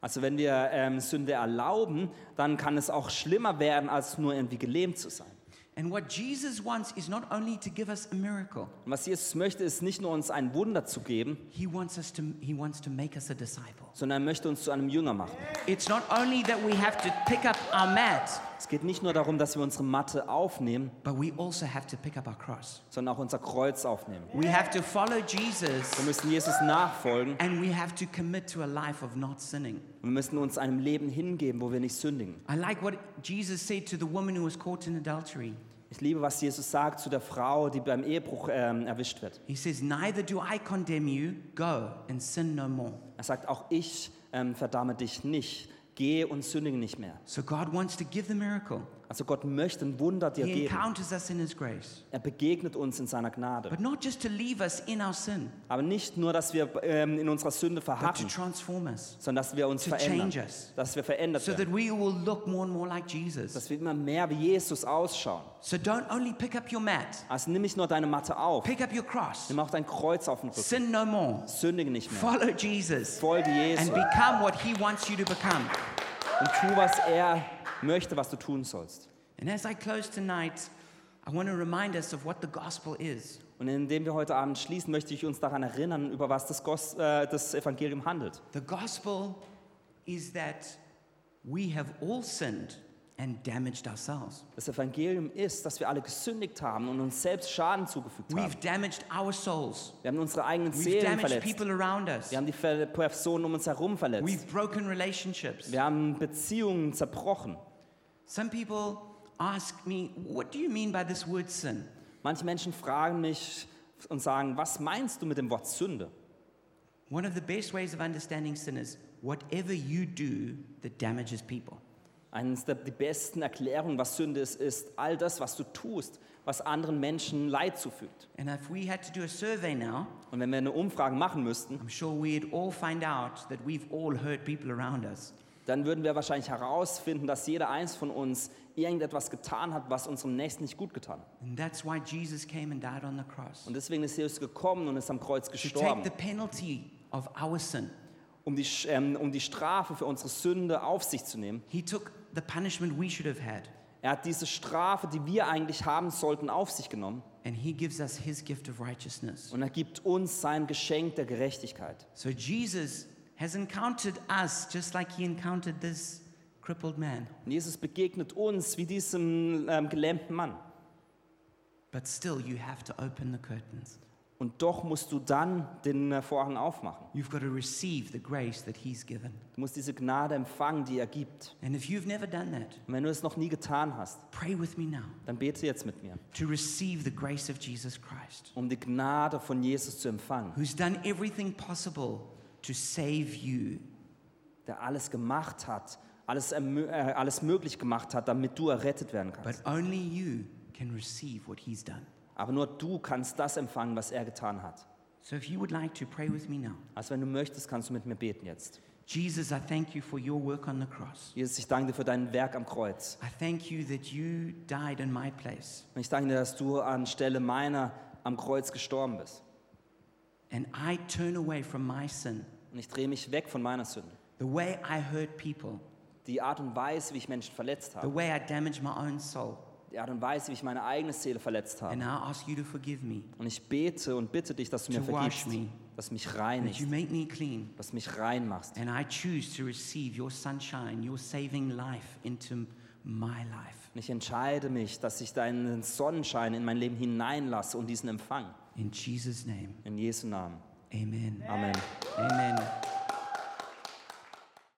[SPEAKER 2] Also wenn wir ähm, Sünde erlauben, dann kann es auch schlimmer werden, als nur irgendwie gelähmt zu sein.
[SPEAKER 1] And what Jesus wants is not only to give us a miracle,
[SPEAKER 2] Und was Jesus möchte, ist nicht nur uns ein Wunder zu geben,
[SPEAKER 1] he wants, us to, he wants to make us a disciple.
[SPEAKER 2] sondern er möchte uns zu einem Jünger machen.
[SPEAKER 1] It's not only that we have to pick up our mat,
[SPEAKER 2] Es geht nicht nur darum, dass wir unsere Matte aufnehmen,
[SPEAKER 1] but we also have to pick up our cross.
[SPEAKER 2] sondern auch unser Kreuz aufnehmen.
[SPEAKER 1] We have to follow
[SPEAKER 2] Wir
[SPEAKER 1] Jesus
[SPEAKER 2] müssen Jesus nachfolgen.
[SPEAKER 1] and we have to commit to a life of not sinning.
[SPEAKER 2] Wir müssen uns einem Leben hingeben, wo wir nicht sündigen.
[SPEAKER 1] I like what Jesus said to the woman who was caught in adultery.
[SPEAKER 2] Ich liebe, was Jesus sagt zu der Frau, die beim Ehebruch ähm, erwischt wird.
[SPEAKER 1] He says, Neither do I condemn you, go and sin no more.
[SPEAKER 2] Er sagt, auch ich ähm, verdamme dich nicht. Geh und sündige nicht mehr.
[SPEAKER 1] So God wants to give the miracle.
[SPEAKER 2] Also Gott möchte ein Wunder dir
[SPEAKER 1] He
[SPEAKER 2] geben.
[SPEAKER 1] encounters us in His grace,
[SPEAKER 2] Er begegnet uns in seiner Gnade.
[SPEAKER 1] but not just to leave us in our sin,
[SPEAKER 2] Aber nicht nur, dass wir ähm, in unserer Sünde
[SPEAKER 1] but to
[SPEAKER 2] verharren,
[SPEAKER 1] transform us
[SPEAKER 2] sondern dass wir uns
[SPEAKER 1] to change
[SPEAKER 2] verändern.
[SPEAKER 1] us.
[SPEAKER 2] Dass wir verändert
[SPEAKER 1] so
[SPEAKER 2] werden.
[SPEAKER 1] that we will look more and more like Jesus.
[SPEAKER 2] Dass wir immer mehr wie Jesus ausschauen.
[SPEAKER 1] So don't only pick up your mat,
[SPEAKER 2] Also nimm nicht nur deine Matte auf,
[SPEAKER 1] pick up your cross,
[SPEAKER 2] nimm auch dein Kreuz auf den Rücken.
[SPEAKER 1] sin no more,
[SPEAKER 2] Sündige nicht mehr.
[SPEAKER 1] follow Jesus,
[SPEAKER 2] Folge Jesus
[SPEAKER 1] and
[SPEAKER 2] und
[SPEAKER 1] become what He wants you to become.
[SPEAKER 2] tu, was er möchte, was du tun sollst.
[SPEAKER 1] And as I close tonight, I want to remind us of what the gospel is.
[SPEAKER 2] Und indem wir heute Abend schließen, möchte ich uns daran erinnern, über was das, Gos äh, das Evangelium handelt.
[SPEAKER 1] The gospel is that we have all sinned and damaged ourselves.
[SPEAKER 2] Das Evangelium ist, dass wir alle gesündigt haben und uns selbst Schaden zugefügt haben.
[SPEAKER 1] We've damaged our souls.
[SPEAKER 2] Wir haben unsere eigenen
[SPEAKER 1] We've
[SPEAKER 2] Seelen
[SPEAKER 1] damaged
[SPEAKER 2] verletzt.
[SPEAKER 1] people around us.
[SPEAKER 2] Wir haben die Ver- Personen um uns herum verletzt.
[SPEAKER 1] We've broken relationships.
[SPEAKER 2] Wir haben Beziehungen zerbrochen.
[SPEAKER 1] Some people ask me, What do you mean by this word sin?
[SPEAKER 2] Manche Menschen fragen mich und sagen, was meinst du mit dem Wort Sünde?
[SPEAKER 1] One of the best ways of understanding sin is whatever you do that damages people.
[SPEAKER 2] Eines der die besten Erklärungen, was Sünde ist, ist all das, was du tust, was anderen Menschen Leid zufügt.
[SPEAKER 1] And if we had to do a survey now,
[SPEAKER 2] Und wenn wir eine Umfrage machen müssten,
[SPEAKER 1] I'm sure we'd all find out that we've all hurt people around us.
[SPEAKER 2] dann würden wir wahrscheinlich herausfinden, dass jeder eins von uns irgendetwas getan hat, was unserem Nächsten nicht gut getan hat.
[SPEAKER 1] And that's why Jesus came and died on the cross
[SPEAKER 2] Und deswegen ist Jesus gekommen und ist am Kreuz
[SPEAKER 1] to take
[SPEAKER 2] gestorben,
[SPEAKER 1] the penalty of our sin.
[SPEAKER 2] um die, Sch- ähm, um die Strafe für unsere Sünde auf sich zu nehmen.
[SPEAKER 1] He took the punishment we should have had,
[SPEAKER 2] Er hat diese Strafe, die wir eigentlich haben sollten, auf sich genommen
[SPEAKER 1] and He gives us His gift of righteousness.
[SPEAKER 2] und er gibt uns sein Geschenk der Gerechtigkeit.
[SPEAKER 1] So Jesus has encountered us just like He encountered this crippled man,
[SPEAKER 2] Und Jesus begegnet uns wie diesem ähm, gelähmten Mann.
[SPEAKER 1] but still you have to open the curtains.
[SPEAKER 2] Und doch musst du dann den äh, Vorhang aufmachen.
[SPEAKER 1] You've got to receive the grace that He's given.
[SPEAKER 2] Du musst diese Gnade empfangen, die er gibt.
[SPEAKER 1] And if you've never done that,
[SPEAKER 2] Und wenn du es noch nie getan hast,
[SPEAKER 1] pray with me now
[SPEAKER 2] dann bete jetzt mit mir,
[SPEAKER 1] to receive the grace of Jesus Christ,
[SPEAKER 2] um die Gnade von Jesus zu empfangen,
[SPEAKER 1] who's done everything possible to save you.
[SPEAKER 2] der alles gemacht hat, alles, ermö- äh, alles möglich gemacht hat, damit du errettet werden
[SPEAKER 1] But
[SPEAKER 2] kannst.
[SPEAKER 1] only you can receive what He's done.
[SPEAKER 2] Aber nur du kannst das empfangen, was er getan hat.
[SPEAKER 1] So if you would like to, pray with me now.
[SPEAKER 2] Also wenn du möchtest, kannst du mit mir beten jetzt.
[SPEAKER 1] Jesus, I thank you for your work on the cross.
[SPEAKER 2] Jesus, ich danke dir für dein Werk am Kreuz.
[SPEAKER 1] I thank you that you died in my place,
[SPEAKER 2] Und ich danke dir, dass du anstelle meiner am Kreuz gestorben bist.
[SPEAKER 1] and I turn away from my sin,
[SPEAKER 2] Und ich drehe mich weg von meiner Sünde.
[SPEAKER 1] the way I hurt people,
[SPEAKER 2] Die Art und Weise, wie ich Menschen verletzt
[SPEAKER 1] the
[SPEAKER 2] habe.
[SPEAKER 1] way I damaged my own soul.
[SPEAKER 2] Die Art und Weise, wie ich meine eigene Seele verletzt
[SPEAKER 1] And
[SPEAKER 2] habe.
[SPEAKER 1] I ask you to forgive me,
[SPEAKER 2] Und ich bete und bitte dich, dass du mir
[SPEAKER 1] To wash
[SPEAKER 2] vergibst,
[SPEAKER 1] me.
[SPEAKER 2] dass du mich
[SPEAKER 1] that you
[SPEAKER 2] reinigst,
[SPEAKER 1] make me clean.
[SPEAKER 2] dass du mich rein machst.
[SPEAKER 1] And I choose to receive your sunshine, your saving life into my life.
[SPEAKER 2] Und ich entscheide mich, dass ich deinen Sonnenschein in mein Leben hineinlasse und diesen empfange.
[SPEAKER 1] In Jesus' name,
[SPEAKER 2] In Jesu Namen.
[SPEAKER 1] amen.
[SPEAKER 2] Amen.
[SPEAKER 1] Amen.